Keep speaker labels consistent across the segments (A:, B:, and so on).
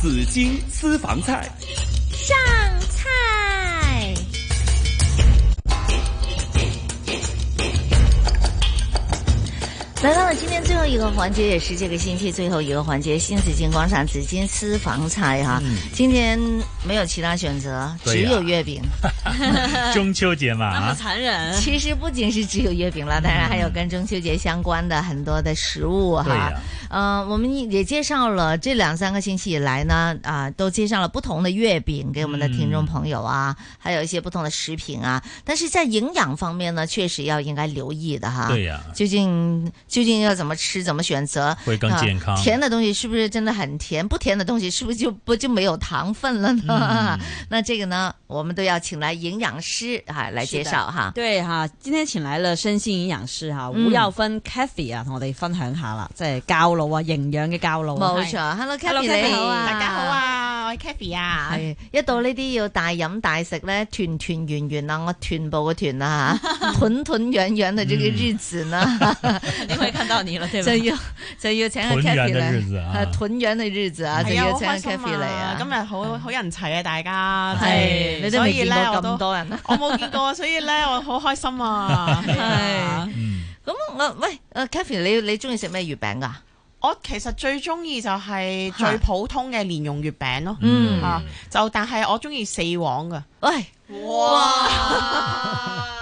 A: 紫荆私房菜。
B: 上菜。来到了今天最后一个环节，也是这个星期最后一个环节——新紫金广场紫金私房菜哈、今天没有其他选择，只
C: 嗯对呀
B: 有月饼。
C: 中秋节嘛
D: 那么
C: 啊，
D: 残忍，
B: 其实不仅是只有月饼了，当然还有跟中秋节相关的很多的食物
C: 对
B: 哈
C: 呀。
B: 嗯、我们也介绍了这两三个星期以来呢，啊、都介绍了不同的月饼给我们的听众朋友啊，
C: 嗯
B: 还有一些不同的食品啊。但是在营养方面呢，确实要应该留意的哈。
C: 对呀
B: 究竟究竟要怎么吃，怎么选择
C: 会更
B: 啊
C: 健康
B: 甜的东西是不是真的很甜？不甜的东西是不是就不就没有糖分了呢？
C: 嗯
B: 那这个呢，我们都要请来营养师啊来介
D: 是的
B: 绍哈。
D: 对哈，今天前嚟啦，身心營養師嚇
B: 嗯
D: 胡友芬 Cathy 啊，同我哋分享下啦，即係教路啊，營養嘅教路啊。
B: 冇錯，Hello Kathy
D: Hello，
B: 你
D: Kathy，
B: 好啊，
E: 大家好。啊，我係 Kathy 啊。
B: 系一到呢啲要大飲大食咧，團團圓圓啊，我臀部嘅臀 啊，團團圓圓嘅這個
C: 嗯
B: 日子呢，
D: 你可以看到你啦，對吧
B: 就 要就要請阿
C: 團圓
B: Kathy
C: 嘅日
B: 嚟，
C: 子啊
B: 係團圓嘅日子啊，就
E: 係啊，
B: 要
E: 好
B: 請阿
E: 開心
B: Kathy 嚟
E: 啊！今
B: 啊。
E: 日好好人齊啊，大家真
B: 係你都
E: 所
B: 未
E: 以
B: 見
E: 咧
B: 過
E: 我
B: 咁
E: 都
B: 多人啊。
E: 我冇 見過，所以咧我好開心啊！係啊
C: 嗯，
B: 咁我喂，阿 Kathy 你你中意食咩月餅㗎？
E: 我其實最中意就係最普通嘅蓮蓉月餅咯，
B: 嗯
E: 啊就但係我中意四黃噶，
B: 喂，啊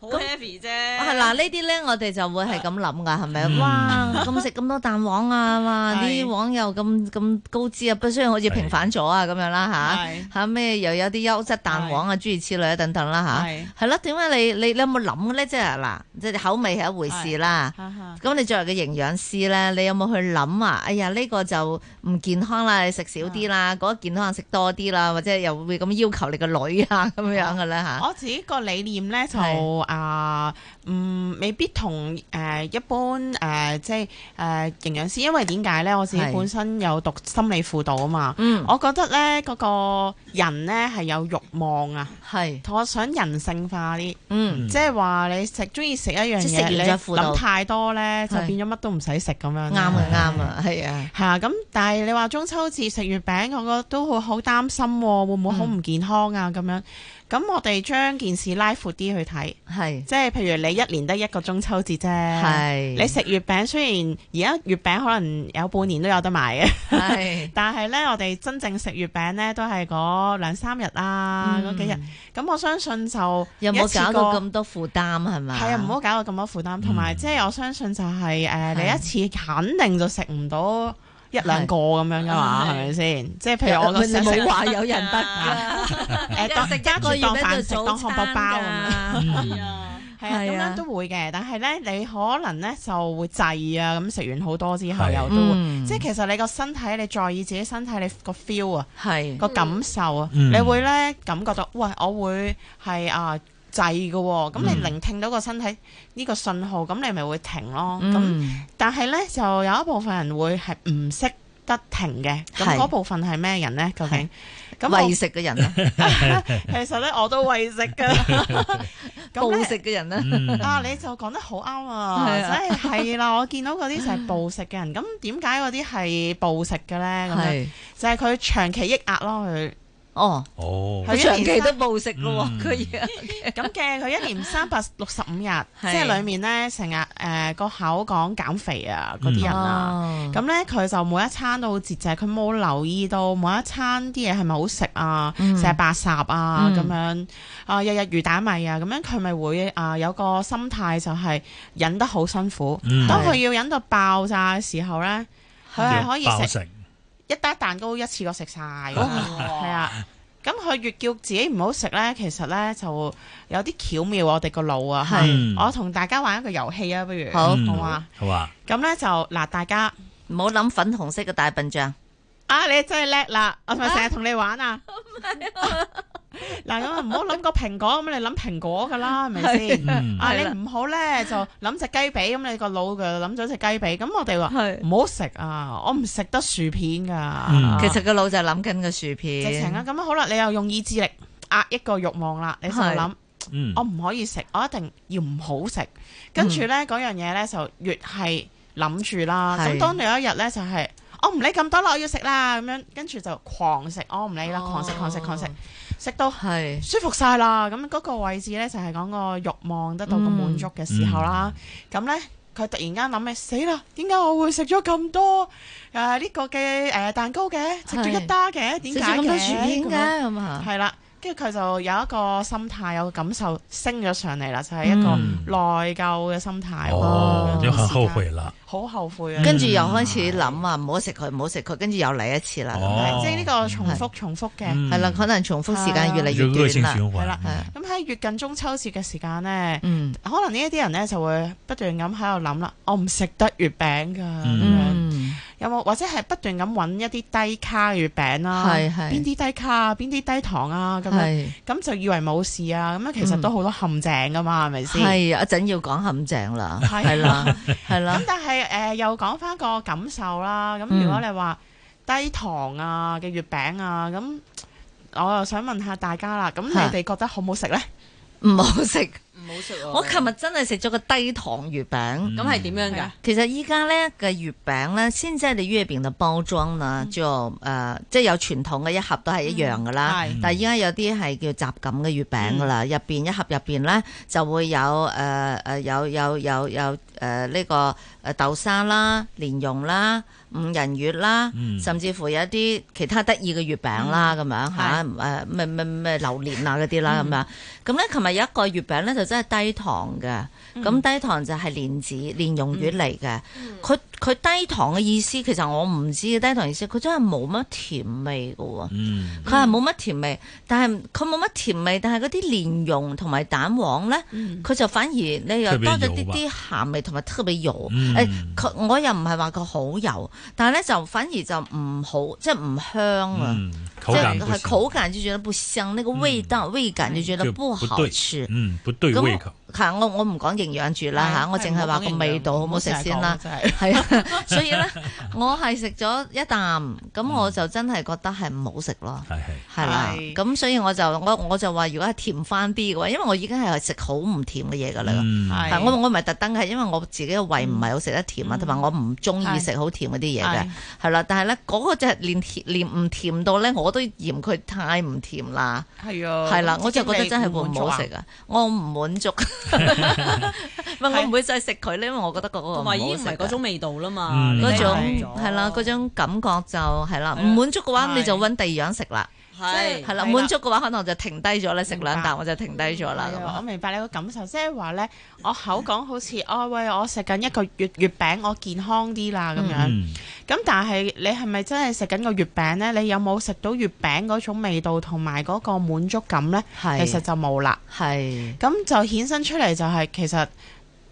D: 好 heavy 啫。係
B: 係嗱，呢啲咧，我哋就會係
E: 啊
B: 咁諗㗎，係咪？
C: 嗯
B: 哇，咁食咁多蛋黃 啊，哇，
E: 係
B: 啲黃又咁咁高脂啊，不雖然好似平反咗啊咁樣啦吓
E: 係
B: 吓咩又有啲優質蛋黃啊，諸如此類啊等等啦
E: 係
B: 吓，係啦，點解你你你有冇諗嘅咧？即係嗱，即係口味係一回事啦。
E: 哈哈
B: 咁你作為嘅營養師咧，你有冇去諗啊？哎呀，呢、個就唔健康啦，你食少啲
E: 啊
B: 啦，嗰、個健康食多啲啦，或者又會咁要求你個女啊咁樣嘅咧吓。
E: 我自己個理念咧就
B: 係
E: 啊，嗯，未必同誒、呃一般誒、呃即係誒、呃、營養師，因為點解咧？我自己
B: 係
E: 本身有讀心理輔導啊嘛，
B: 嗯，
E: 我覺得咧嗰、個人咧係有慾望啊，
B: 係，
E: 我想人性化啲，
B: 嗯，
E: 即係話你食中意食一樣
B: 即係食
E: 嘢，
B: 完
E: 你
B: 再輔導
E: 諗太多咧就
B: 係
E: 變咗乜都唔使食咁樣。
B: 啱啊，啱啊，係啊。
E: 係啊，咁但係你話中秋節食月餅，我覺得都會好擔心喎，會唔會好唔健康啊？咁樣，咁我哋將件事拉闊啲去睇，
B: 系
E: 即係譬如你一年得一個中秋節啫，
B: 系
E: 你食月餅雖然而家月餅可能有半年都有得賣嘅，
B: 系
E: 但係呢，我哋真正食月餅呢，都係嗰兩三日
B: À,
E: 啊，嗰、幾日，咁我相信就
B: 又嗯冇搞到
E: 咁。
B: 咁多負擔係嘛？
E: 係啊，唔好搞到咁多負擔，同埋即係我相信就係、誒、你一次肯定就食唔到一兩個咁樣噶嘛，
D: 係
E: 係咪先？即係譬如我個想食誒
B: 話有人得
E: 當
D: 食
E: 一個月當飯食當漢堡包咁樣，
C: 嗯
E: 係啊，
B: 係
E: 咁
B: 啊
E: 樣都會嘅。但係咧，你可能咧就會滯啊，咁食完好多之後
C: 係
B: Ừ.
E: 又都會。
B: 嗯
E: 即係其實你個身體，你在意自己身體，你個 feel 啊，
B: 係
E: 個感受啊，
C: 嗯
E: 你會咧感覺到，喂，我會係啊滯嘅喎，
B: 嗯
E: 咁你聆聽到個身體呢個信號，咁你咪會停咯。咁、
B: 嗯
E: 但係咧就有一部分人會係唔識得停嘅，咁
B: 係
E: 嗰部分係咩人咧？究竟？咁我
B: 喂食嘅人咧，
E: 其實咧我都喂食 㗎，咁
B: 暴
E: 咧
B: 食嘅人咧，
C: 嗯
E: 啊，你就講得好啱啊！
B: 係啊
E: 真係係啦，我見到嗰啲就係暴食嘅人，咁點解嗰啲係暴食嘅咧？咁樣
B: 係
E: 就係佢長期抑壓咯，佢
B: 哦，
C: 哦，
E: 係
B: 佢
E: 一
B: 長期
E: 年
B: 都
E: 生
B: 暴食嘅喎，
C: 嗯
B: 佢而家
E: 咁嘅佢一年三百六十五日，即係裡面咧成日誒個口講減肥啊嗰
B: à?
E: 啲人啊。
B: 哦
E: 咁咧佢就每一餐都好節制，佢冇留意到每一餐啲嘢係咪好食啊，
B: 嗯
E: 成日白霎啊
B: 嗯
E: 咁樣啊，日日魚蛋米啊咁樣，佢咪會啊有個心態就係忍得好辛苦。
C: 嗯
E: 當佢要忍到爆炸嘅時候咧，佢係啊可以
C: 爆
E: 食
C: 食，
E: 一打蛋糕一次過食晒㗎
B: 哦
E: 係啊。咁佢越叫自己唔好食咧，其實咧就有啲巧妙我哋個腦啊。
B: 係
C: 嗯
E: 我同大家玩一個遊戲啊，不如
B: 好
C: 嗯
E: 好嘛？
C: 好啊，
E: 咁咧就嗱，大家。
B: 唔好諗粉紅色嘅大笨象，
E: 啊！你真係叻啦，我咪成日同你玩啊！嗱咁啊，唔好諗個蘋果咁，你諗蘋果噶啦，係咪先？
C: 嗯
E: 啊，
B: 係
E: 你
B: 啦
E: 唔好咧就諗只雞髀咁，你個腦就諗咗只雞髀。咁我哋話
B: 係
E: 唔好食啊，我唔食得薯片
C: 嗯
E: 噶。
B: 其實個腦就係諗緊個薯
E: 直情啊
B: 片，，
E: 咁好啦，你又用意志力壓抑個慾望啦，你就
B: 係
E: 諗
C: 嗯
E: 我唔可以食，我一定要唔好食。
B: 嗯
E: 跟住咧嗰樣嘢咧就越係諗住啦。
B: 係
E: 咁當你有一日咧就係我唔理咁多啦，我要食啦咁樣，跟住就狂食，我唔理啦，
B: 哦
E: 狂食狂食狂食，食到
B: 係
E: 舒服晒啦。咁嗰個位置呢，就係講個慾望得到個滿足嘅時候
B: 嗯
E: 啦。咁呢，佢突然間諗起死啦，點解我會食咗咁多誒呢個嘅誒蛋糕嘅，食咗
B: 係
E: 一打嘅，點
B: 食
E: 解
B: 咗咁多
E: 嘅
B: 薯片
E: 咁
B: 嘅
E: 樣
B: 咁啊？
E: 係啦，跟住佢就有一個心態，有個感受升咗上嚟啦，就係、一個
C: 嗯
E: 內疚嘅心態。
C: 哦，
E: 咁
C: 就
E: 樣
C: 很
E: 時間
C: 后悔，了。
E: 好後悔啊！
B: 跟住又開始諗啊，唔好食佢，唔好食佢，跟住又嚟一次啦。
C: 哦
E: 係即係呢個重複重複嘅。
C: 嗯
B: 係啦，可能重複時間越嚟
C: 就
B: 越
C: 恶性
B: 短啦。
C: 循嗯环
E: 係啦。
B: 係
E: 咁喺越近中秋節嘅時間呢，
B: 嗯
E: 可能呢一啲人呢就會不斷咁喺度諗啦，我唔食得月餅㗎，咁樣
B: 嗯，
E: 有冇或者係不斷咁揾一啲低卡月餅啦，
B: 係係
E: 邊啲低卡啊，邊啲低糖啊咁樣，
B: 係
E: 咁就以為冇事啊，咁樣其實
B: 嗯
E: 都好多陷阱㗎嘛，係咪先？
B: 係一陣要講陷阱啦，
E: 係
B: 係啦，係啦
E: 咁。但係誒、呃又講翻個感受啦。咁
B: 嗯
E: 如果你話低糖啊嘅月餅啊，咁我又想問下大家啦。咁你
B: 嚇
E: 哋覺得好唔好食呢？
B: 唔好食。
D: 唔好食喎
B: 我琴日真係食咗個低糖月餅。
D: 嗯咁係點樣㗎？
B: 其實依家咧嘅月餅咧，現在嘅月餅嘅包裝呢，就誒、呃即係有傳統嘅一盒都係一樣噶啦。
E: 係
B: 但係依家有啲係叫雜錦嘅月餅噶啦，入邊一盒入邊咧就會有誒誒、呃呃有有有有誒呢、個誒豆沙啦、蓮蓉啦、五仁月啦，
C: 嗯
B: 甚至乎有一啲其他得意嘅月餅啦咁樣嚇誒咩咩咩榴蓮啊嗰啲啦咁樣。咁咧，琴日有一個月餅咧就真係低糖嘅。咁、低糖就係蓮子蓮蓉月嚟嘅，佢佢、低糖嘅意思其實我唔知低糖意思，佢真係冇乜甜味嘅喎，
C: 嗯，
B: 佢係冇乜甜味，但係佢冇乜甜味，但係嗰啲蓮蓉同埋蛋黃咧，佢就反而你又
C: 特別
B: 多咗
C: 油
B: 啲
C: 吧
B: 啲鹹味同埋特別油，
C: 嗯
B: 誒佢、我又唔係話佢好油，但係咧就反而就唔好，即係唔香啊。
C: 嗯，口
B: 即
C: 感
B: 係
C: 不行嗯
B: 口感就覺得不香，那個味道、味感就覺得
C: 就
B: 不
C: 不
B: 好
C: 對
B: 吃。
C: 嗯，不對
B: 咁
C: 胃口。
B: 嚇，我我唔講營養住啦嚇，我淨係話個味道好唔好食先啦。
E: 真係
B: 係啊，所以咧，我係食咗一啖，咁我就真係覺得係唔好食咯。
C: 係係，
B: 係啦，
E: 係
B: 咁所以我就我我就話，如果係甜翻啲嘅話，因為我已經係食好唔甜嘅嘢㗎啦。
C: 嗯
E: 係
B: 但我我唔係特登係因為我自己嘅胃唔係好食得甜啊，同埋我唔中意食好甜嗰啲嘢嘅
E: 係，
B: 係啦。但係咧嗰個就係連甜連唔甜到咧，我都嫌佢太唔甜啦，
E: 係啊，
B: 係啦，我就覺得真係會
E: 會
B: 唔好食啊，我唔滿足，唔係我唔會再食佢咧，因為我覺得嗰個
D: 同埋已經唔係嗰
B: 種
D: 種味道啦嘛，
C: 嗯
D: 你
B: 啊嗰
D: 哋
E: 係
B: 種
D: 咗
B: 係啦，嗰種感覺就係啦，唔滿足嘅話你就揾第二樣食啦，
D: 係
B: 係啦，
E: 係啦
B: 滿足嘅話可能就停低咗啦，食
E: 明白
B: 兩啖我就停低咗啦
E: 係
B: 咁
E: 啊我
B: 啊。
E: 明白你個感受，即係話呢，我口講好似哦喂，我食緊一個月月餅，我健康啲啦咁樣。
C: 嗯
E: 咁但係你係咪真係食緊個月餅呢？你有冇食到月餅嗰種味道同埋嗰個滿足感呢？其實
B: 係
E: 就冇啦。
B: 係
E: 咁就衍生出嚟就係其實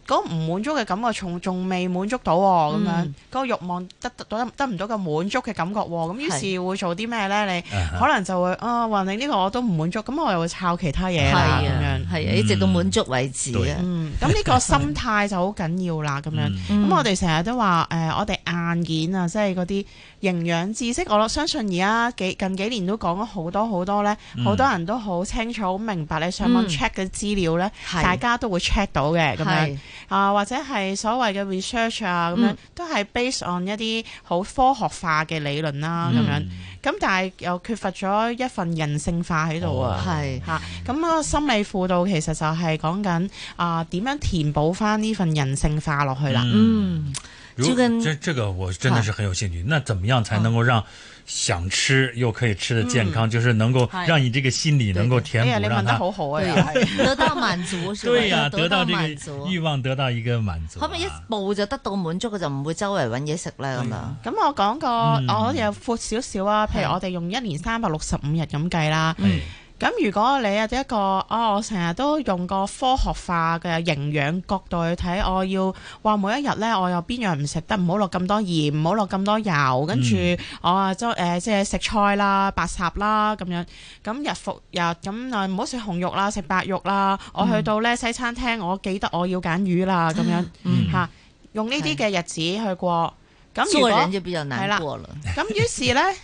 E: 嗰唔滿足嘅感覺仲仲未滿足到喎，咁、
B: 嗯
E: 樣嗰個慾望得得到得唔到個滿足嘅感覺喎，咁於是會做啲咩呢？你
C: 啊哈
E: 可能就會啊，話你呢個我都唔滿足，咁我又會抄其他嘢
B: 係
E: 啦
B: 啊
E: 咁樣。
B: 係啊，一直到
C: 嗯
B: 滿足為止
C: 對
B: 啊。
E: 嗯，咁呢個心態就好緊要啦，咁樣。
C: 嗯
E: 咁、
B: 嗯
E: 我哋成日都話誒、呃我哋硬件啊，即係嗰啲營養知識，我相信而家幾近幾年都講咗好多好多呢，
C: 嗯
E: 好、多人都好清楚、好明白你上網
B: 嗯
E: check 嘅資料呢，
B: 係
E: 大家都會 check 到嘅咁樣
B: 係
E: 啊，或者係所謂嘅 research 啊，咁樣、
B: 嗯
E: 都係 based on 一啲好科學化嘅理論
C: 嗯
E: 啦，
B: 嗯
E: 咁、樣。咁但係又缺乏咗一份人性化喺度啊。
B: 係
E: 嚇！咁啊，心理輔導其實就係講緊啊點樣填補翻呢份人性化落去啦。
B: 嗯，
C: 如
B: 就跟啊
C: 这这个我真的是很有兴趣。那怎么样才能够让想吃又可以吃的健
B: 嗯
C: 康，就是能够
D: 嗨
C: 让你这个心理能够填
E: 哎呀，
C: 补，
E: 你
C: 让
E: 問得
C: 它
E: 好好啊！
B: 對
E: 又
B: 啊
E: 係
B: 得到滿足是吧？
C: 对呀，
B: 得
C: 啊得
B: 到
C: 到这
B: 滿
C: 个
B: 足，
C: 欲望得到一个滿足啊。
B: 可唔可以一步就得到滿足，佢就唔會周圍揾嘢食咧咁樣？
E: 咁我講過，
C: 嗯
E: 我又闊少少啊。譬
B: 係
E: 如我哋用一年三百六十五日咁計啦。
C: 哎
E: 咁如果你有一個哦，我成日都用個科學化嘅營養角度去睇，我要話每一日呢，我有邊樣唔食得，唔好落咁多鹽，唔好落咁多油，跟住
C: 嗯
E: 我啊即誒即係食菜啦、白烚啦咁樣，咁日復日咁啊唔好食紅肉啦，食白肉啦。我去到呢西餐廳，我記得我要揀魚啦咁樣
C: 嗯
E: 嚇、用呢啲嘅日子去過。咁如
B: 做
E: 果
B: 人就比較難過了。
E: 咁於是呢，
B: 嗯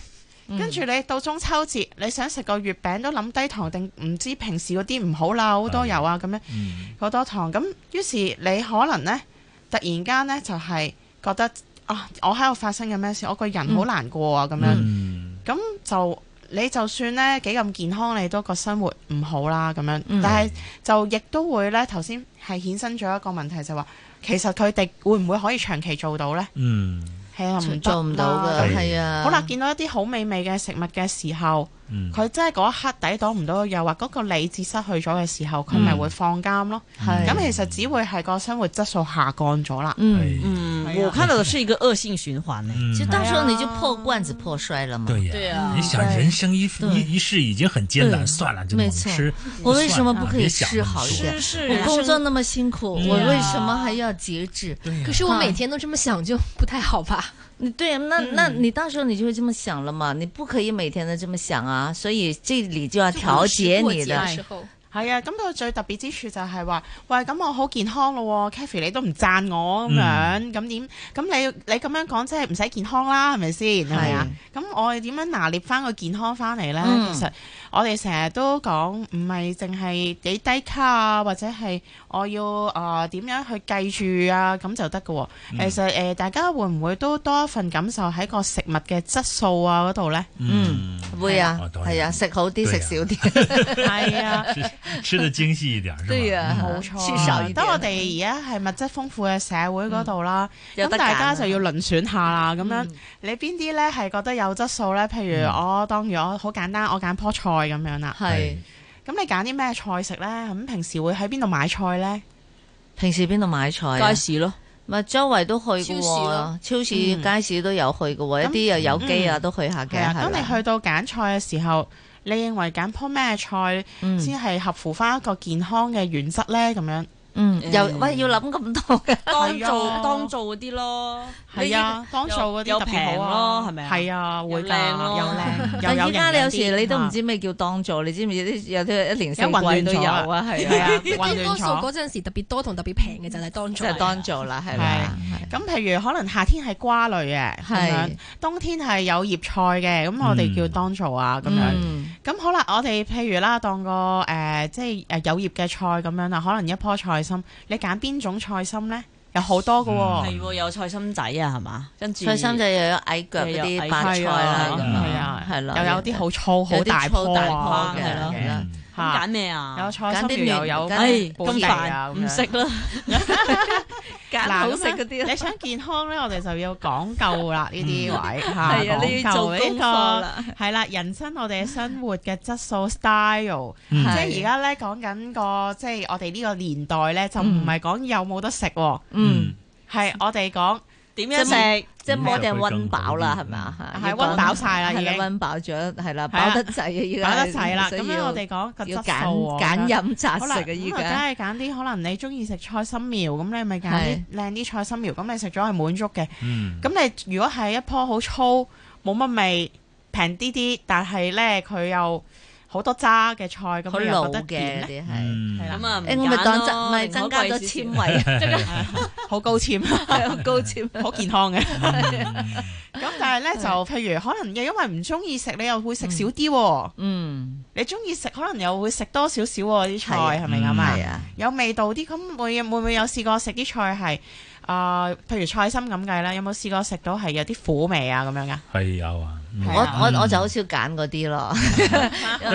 E: 跟住你到中秋節，你想食個月餅都諗低糖定唔知平時嗰啲唔好啦，好多油啊咁樣，
C: 嗯
E: 好多糖。咁於是你可能呢，突然間呢，就係覺得啊，我喺度發生緊咩事？我個人好難過啊，咁樣。
C: 嗯
E: 咁就你就算咧幾咁健康，你都個生活唔好啦咁樣。
B: 嗯
E: 但係就亦都會咧，頭先係衍生咗一個問題，就話其實佢哋會唔會可以長期做到呢？
C: 嗯
E: 係啊，唔得
B: 做唔到
E: 啦
B: 噶，
C: 係
B: 係啊。
E: 好啦，見到一啲好美味嘅食物嘅時候，
C: 嗯，
E: 佢真係嗰一刻抵擋唔到誘惑，嗰、個理智失去咗嘅時候，佢咪
C: 嗯
E: 會放監咯。
B: 係
E: 咁、其實只會係個生活質素下降咗啦。
B: 嗯，
C: 哎
D: 嗯，
E: 哎呀
D: 我看到的是一个恶性循环呢。
C: 嗯
B: 就到时候你就
E: 哎呀
B: 破罐子破摔了嘛。
C: 对呀，
D: 对啊
C: 你想
E: 对
C: 人生一
B: 对
C: 一一世已经很艰难，
B: 对
C: 算了，就
B: 没
C: 猛
B: 错
C: 吃。
B: 我
C: 就
B: 为
C: 算
B: 什么
C: 了啊
B: 不
C: 别
B: 可以
C: 想
B: 吃
C: 那么
B: 好一
C: 多
B: 点？
D: 是
B: 我工作那么辛苦，
C: 嗯
B: 我为什么还要节制？
C: 对呀
F: 可是我每天都这么想，就不太好吧？
B: 你对呀，那那你到时候你就会这么想了嘛？你不可以每天都这么想啊，所以这里就要调节你
F: 就
B: 的
F: 我。时过节
E: 係啊，咁佢最特別之處就係話，喂，咁我好健康咯喎 Kathy 你都唔讚我咁樣，咁點？咁你你咁樣講，即係唔使健康啦，係咪先？係咪啊？咁我哋點樣拿捏翻個健康翻嚟呢？
B: 嗯
E: 其實我哋成日都講，唔係淨係幾低卡啊，或者係我要啊點、樣去記住啊，咁就得嘅喎。其實誒、呃大家會唔會都多一份感受喺個食物嘅質素啊嗰度呢？
B: 嗯
C: 嗯，
B: 会啊
C: 哦，当然
B: 系啊，食好啲，
C: 对
B: 食
C: 呀
B: 少啲，
E: 係啊。
C: 吃吃的精细一点是吧？
B: 对呀，
C: 嗯
E: 冇錯啊，
B: 吃少一
E: 當我
B: 点，
E: 哋而家係物質豐富嘅社會嗰度啦，
B: 嗯有
E: 咁
B: 得
E: 大
B: 揀啊
E: 家就要輪選下啦。咁樣你邊啲咧係覺得有質素咧？譬如我當然我好簡單，我揀棵菜咁樣啦。
B: 系。
E: 咁你揀啲咩菜食咧？咁平時會喺邊度買菜咧？
B: 平時邊度買菜啊
D: 街？市咯，
B: 咪周圍都去嘅
F: 超市
B: 喎
F: 咯，
B: 超市、
E: 嗯
B: 街市都有去嘅喎，一
E: 咁
B: 啲又有機啊，都去下嘅。
E: 係啊，
B: 係
E: 當
B: 啦
E: 你去到揀菜嘅時候，你認為揀棵咩菜
B: 嗯
E: 先啊係合乎翻一個健康嘅原則咧？咁樣
B: 嗯，又
D: 嗯
B: 喂要諗咁多嘅，
D: 當
E: 係啊
D: 做當做嗰啲咯，
E: 係啊，當做嗰啲
D: 又
E: 特別好
D: 又平
E: 啊
D: 咯係咪啊
E: 係啊，會
D: 又
E: 㗎，
D: 靚咯
E: 又 靚，又
B: 但
E: 有
B: 依家
E: 營
B: 你有
E: 養
B: 時你都唔
E: 啲啊
B: 知咩叫當造，你知唔知啲有啲一年四
E: 一混亂
B: 季都有
E: 咗
B: 啊，係
E: 係
B: 啊，
E: 啊，
F: 好
E: 混
F: 即係多
E: 亂
F: 數
E: 咗
F: 嗰。陣時特別多同特別平嘅就係當
B: 即
F: 中。
B: 係當造啦，係啦，係
E: 咁譬如可能夏天係瓜類嘅，咁
B: 係
E: 樣冬天係有葉菜嘅，咁我哋叫當造啊咁樣。
B: 嗯
E: 咁好啦，我哋譬如啦，當個誒、呃即係誒有葉嘅菜咁樣啦，可能一棵菜心，你揀邊種菜心呢？有好多嘅喎、
B: 嗯
D: 係喎，有菜心仔啊，係嘛？跟住
B: 菜心就又有矮腳嗰
D: 又有
B: 啲
D: 矮
B: 白菜
E: 係
B: 啦，
E: 啊
B: 咁
C: 樣
E: 係啊，
B: 係啦
E: 又有啲好粗好
B: 有
E: 大
B: 啲
E: 棵
B: 粗大
E: 啊
B: 棵嘅，
D: 係
E: 係
D: 咯
E: 咯
B: 係啦
C: 嗯，
D: 咁揀
E: 嚇
D: 咩啊？
E: 有菜
B: 揀啲
E: 心
B: 嫩哎
E: 又有
B: 揀
D: 唉，
B: 啲
E: 本
D: 咁
E: 地啊
D: 煩，
E: 咁樣
D: 唔食啦。
B: 揀
E: 嗱
B: 好
E: 咁啊
B: 食嗰啲啊
E: 你
B: 啦，
E: 想健康咧，我哋就要講究啦呢啲位嚇，
D: 係啊你要做
E: 講究
D: 功課
E: 呢個
D: 啦
E: 係啦，人生我哋嘅生活嘅質素 style，即
C: 嗯
E: 係而家咧講緊個即係我哋呢個年代咧，就唔係講有冇得食喎，
B: 嗯，
E: 係我哋講
D: 點樣食？
B: 即係摸定温飽啦，係咪啊？
E: 嗯係温飽晒啦，已
B: 係啦，
E: 經
B: 温飽咗，係啦，
E: 係啦
B: 飽得滯啊，依家
E: 搞得齊啦。咁
B: 所以
E: 樣
B: 要
E: 我哋講個
B: 要
E: 質
B: 揀
E: 素喎
B: 揀飲擇
E: 好
B: 食
E: 啦，
B: 嘅依
E: 咁啊，梗
B: 家，
E: 係揀啲可能你中意食菜心苗，咁你咪揀啲靚啲菜心苗，咁你食咗係滿足嘅。
C: 嗯，
E: 咁你如果係一棵好粗冇乜味、平啲啲，但係咧佢又好多渣嘅菜，
B: 好
E: 咁你又
B: 老
E: 覺得
B: 嘅
E: 點
B: 嗰
E: 咧？
B: 啲係。
C: 嗯
E: 係啦
D: 咁啊，唔
B: 誒，我咪
D: 揀
B: 當
D: 咯
B: 增，咪
D: 寧可
B: 增加
D: 貴
B: 咗
D: 少
B: 纖
D: 少
B: 維，
E: 好高纖，啊 嗯
B: 係高纖維。
E: 好健 康嘅。咁但係咧就譬如可能又因為唔中意食，你又會食少啲喎。
B: 嗯，
E: 你中意食，可能又會食多少少喎啲菜，
B: 係啊
E: 係咪咁啊
B: 係？啊，
E: 有味道啲，咁會會唔會有試過食啲菜係啊？譬如菜心咁計啦，有冇試過食到係有啲苦味啊咁樣噶？
C: 系有啊，嗯
E: 係
B: 我
E: 啊
B: 我我就好少揀嗰啲咯。但
C: 但係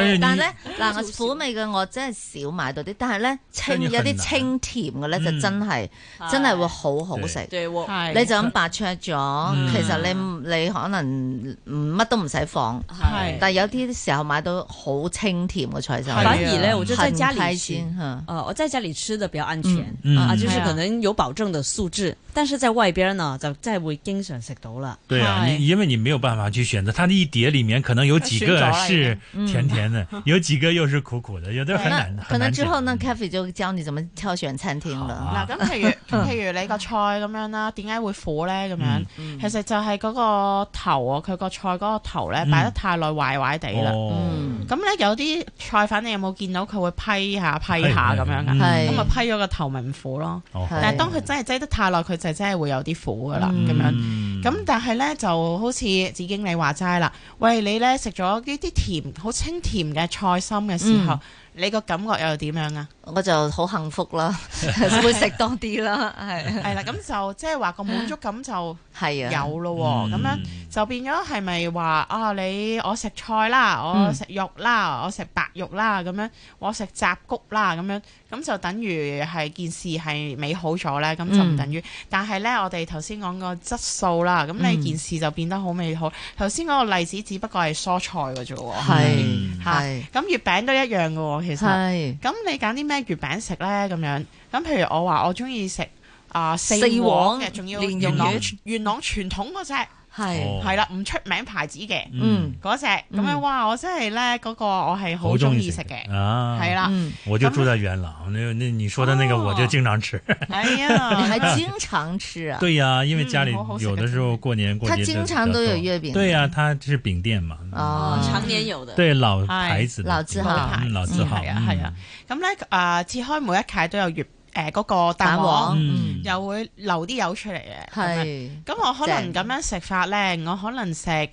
B: 係
C: 你
B: 咧，嗱，我苦味嘅我真係少買到啲，但係咧清
C: 真係
B: 有啲
C: 很難
B: 清甜嘅咧就
C: 嗯
B: 真係真係會好好食。
D: 對喎
E: 係
B: 你就咁白灼咗，
C: 嗯
B: 其實你唔你可能唔乜都唔使放，
D: 嗯
E: 係
B: 但係有啲時候買到好清甜嘅菜就
C: 係啊
D: 反而呢，我就在
B: 很
D: 家
B: 開嗯
D: 裡吃。
B: 心哈。
D: 呃，我在家里吃的比较安全、
C: 嗯
D: 啊，
C: 嗯
D: 就是
E: 係啊
D: 可能有保證的素質，但是在外邊呢，就真係會經常食到啦。
C: 对啊，
E: 嗨
C: 你因为你没有办法去选择，它的一碟里面可能有几个
E: 啊
C: 是
E: 嗯
C: 甜甜 的，有几个又是苦苦的，有的很难。
B: 可能
C: 很难
B: 之
C: 选
B: 後呢，Kathy 就教你怎麼挑選餐廳
C: 好
B: 啦。
E: 嗱，
C: 啊
E: 咁 譬如譬如你個菜咁樣啦，點解會苦咧？咁
C: 嗯
E: 樣其實就係嗰個頭啊，佢個菜嗰個頭咧
C: 嗯
E: 擺得太耐壞壞地啦。
C: 哦，
B: 嗯，
E: 咁咧有啲菜粉，你有冇見到佢會批下批下咁樣噶？
C: 嗯
B: 係
E: 咁啊批咗個頭咪唔苦咯。
C: 哦
B: 係
E: 但係當佢真係擠得太耐，佢就真係會有啲苦噶啦
B: 嗯
E: 咁樣。
C: 嗯
E: 咁但係咧就好似子
C: 嗯
E: 經理話齋啦，喂你咧食咗呢啲甜好清甜嘅菜心嘅時候，你個感覺又點樣啊？
B: 我就好幸福啦， 會食多啲啦，係
E: 係啦，咁就即係話個滿足感就
B: 係啊，
E: 有咯
C: 嗯
E: 喎，咁樣就變咗係咪話啊？你我食菜啦，我
B: 嗯
E: 食肉啦，我食白肉啦，咁樣我食雜谷啦，咁樣咁就等於係件事係美好咗咧，咁就唔
B: 嗯
E: 等於。但係咧，我哋頭先講個質素啦，咁
B: 嗯
E: 你件事就變得好美好。頭先嗰個例子只不過係蔬菜嘅啫喎，
B: 係
C: 嗯
E: 嚇
B: 係
E: 咁月餅都一樣嘅喎，其實。
B: 係
E: 咁你揀啲咩月餅食呢？咁樣咁譬如我話我中意食啊四
B: 四
E: 黃嘅，
B: 黃
E: 仲要
B: 蓮
E: 元朗
C: 蓉
E: 元朗傳統嗰只
B: 係，
C: 哦
E: 係啦，唔出名牌子嘅
B: 嗯
E: 嗰只咁樣
B: 嗯
E: 哇！我真係呢嗰個我係好
C: 好
E: 中
C: 中
E: 意
C: 意
E: 食
C: 食
E: 嘅，
C: 啊，
E: 係啦，
B: 嗯，
C: 我就住在元朗，那那你说的那个
E: 哦
C: 我就经常 吃。
E: 係
B: 你
E: 啊，
B: 還經常吃啊？
C: 对呀，因为
E: 嗯
C: 家里
E: 好好吃
C: 有
E: 的
C: 的时候过年过
B: 他
C: 节
B: 经
C: 的
B: 常
C: 比较
B: 都有
C: 多啊
B: 月饼
C: 对呀，他是饼店嘛。
B: 哦
C: 嗯
D: 常年有的。
C: 对老
E: 哎
C: 牌子的
B: 老
C: 饼
B: 字
C: 店
B: 号
C: 嗯老字
B: 嗯
C: 号，
E: 係啊係啊咁呢，啊，切開每一屆都有月誒嗰個蛋
B: 蛋
E: 黃，
B: 黃，
C: 嗯
B: 嗯，
E: 又會留啲油出嚟嘅。咁樣
B: 係
E: 咁我可能咁
B: 正
E: 樣食法呢，我可能食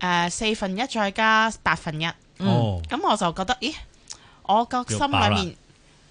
E: 誒四分一再加八分一。
C: 嗯，哦，
E: 咁我就覺得，咦，我個心裏面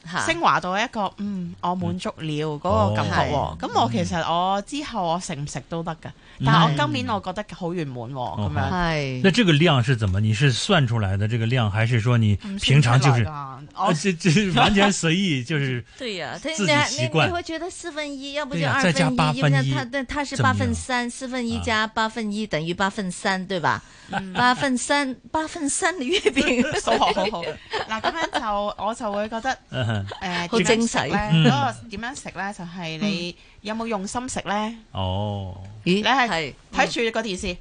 B: 嚇
E: 升華到一個，嗯，我滿足了嗰個感覺
B: 哦
E: 喎。咁我其實我之後我食唔食都得㗎，
C: 嗯
E: 但係我今年我覺得好圓滿
B: 哦
E: 喎，咁
C: 那
E: 樣。
B: 係
C: 这个量是怎么？你是算出来的这个量，还是说你
E: 唔算
C: 平常就
E: 出
C: 是
E: 來㗎
C: 啊，
E: 我
C: 这这完全随意，就是
B: 對呀，他
C: 自己
B: 你還
C: 習
B: 你
C: 慣
B: 你会觉得四分一，要不
C: 對
B: 就
C: 呀
B: 二分
C: 再加八
B: 一，要不
C: 分
B: 然
C: 一
B: 他但他是
C: 怎麼
B: 八
C: 樣
B: 分三，四分一
C: 啊
B: 加八分一等於八分三，對吧？
E: 嗯
B: 八分三，八分三的月 餅
E: 數學好好。嗱，咁樣就我就會覺得，
C: 嗯哼
E: 誒
B: 好精細嗯
C: 嗯
E: 咧，嗰個點樣食咧，就係你有冇用心食咧？
C: 哦，
B: 咦
E: 你係
B: 係
E: 睇住個電視。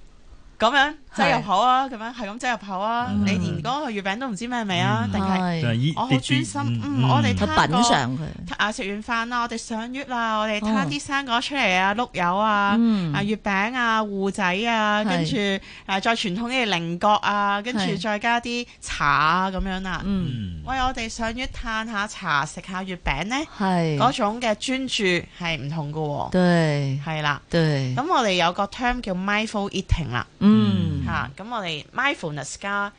E: 咁樣擠入口啊，咁樣係咁擠入口啊！
C: 嗯
E: 你連嗰個月餅都唔知咩味啊，
B: 嗯
E: 定係
B: 係
C: 對一
E: 我好
C: 得
E: 專
C: 一
E: 心
C: 嗯
E: 嗯我哋
B: 去
E: 睇
B: 品嚐佢，
E: 啊食完飯啦，我哋上月啦，我哋
B: 哦
E: 攤啲生果出嚟啊，碌柚啊，
B: 嗯
E: 啊月餅啊，芋仔啊，
B: 係
E: 跟住啊再傳統啲菱角啊，跟住
B: 係
E: 再加啲茶啊咁樣啦。
B: 嗯
C: 嗯
E: 喂，我哋上月嘆下茶，食下月餅呢，嗰
B: 係，
E: 種嘅專注係唔同㗎喎，
B: 對
E: 係啦。
B: 對，
E: 咁我哋有個 term 叫 mindful eating 啦，
B: 嗯
E: 嚇咁我哋 mindfulness 加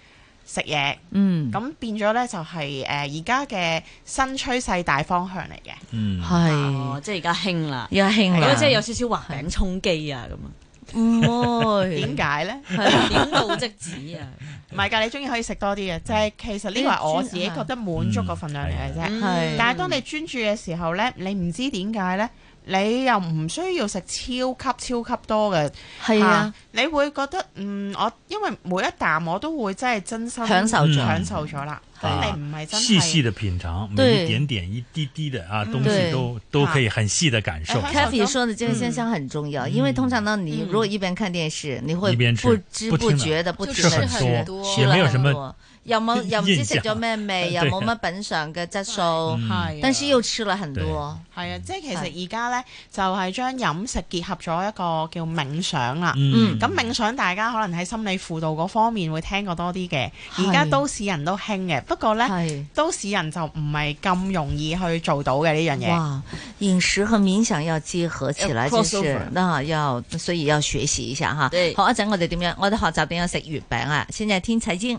E: 食嘢，
B: 嗯，
E: 咁變咗呢就係誒而家嘅新趨勢大方向嚟嘅。
C: 嗯，
B: 係
D: 哦，即係而家興啦，
B: 而家興
D: 而
B: 啦，
D: 家即係有少少畫餅充飢啊咁啊，
B: 唔會
E: 點解呢？
D: 係點到即止啊，
E: 唔係㗎，你中意可以食多啲嘅，就係其實呢個係我自己覺得滿足個份量嚟嘅啫。嗯
B: 係
E: 但係當你專注嘅時候呢，你唔知點解呢，你又唔需要食超級超級多嘅，
B: 係啊
E: 嚇，你會覺得嗯，我因為每一啖我都會真係真心
B: 享受
C: 咗
E: 享受咗啦。咁
C: 啊
E: 你唔係真
C: 细细
E: 係
C: 的品尝，每
B: 對
C: 一点点一滴滴的啊，
E: 嗯
C: 东
B: 對
C: 西都都可以很细的感受
E: 啊。
B: k a t h y 说的这个现象很重要，因为通常呢，你
E: 嗯
B: 如果一边看电视，你会
C: 一边吃
B: 不知
C: 不停地
B: 觉的不
F: 就
B: 停
C: 吃
B: 的
C: 很
F: 吃
C: 多
F: 很
B: 多
F: 多
C: 也
B: 吃
C: 沒有
B: 了
C: 什
B: 很
C: 麼
B: 多，又冇又唔知食咗咩味，
C: 印
B: 又
C: 象
B: 冇乜品嘗嘅質素，
C: 嗯
E: 係啊
B: 但是又吃了很多，
E: 係啊，即係其實而家呢，就係將飲食結合咗一個叫冥想啦。
B: 嗯
E: 咁冥想大家可能喺心理輔導嗰方面會聽過多啲嘅，而家
B: 係
E: 都市人都興嘅，不過呢，
B: 係
E: 都市人就唔係咁容易去做到嘅呢樣嘢。
B: 哇，飲食和冥想要結合起來，
D: 要
B: 就
D: crossover
B: 是那要所以要學習一下哈
D: 對。
B: 好，一陣我哋點樣？我哋學習點樣食月餅啊？現在天齊經。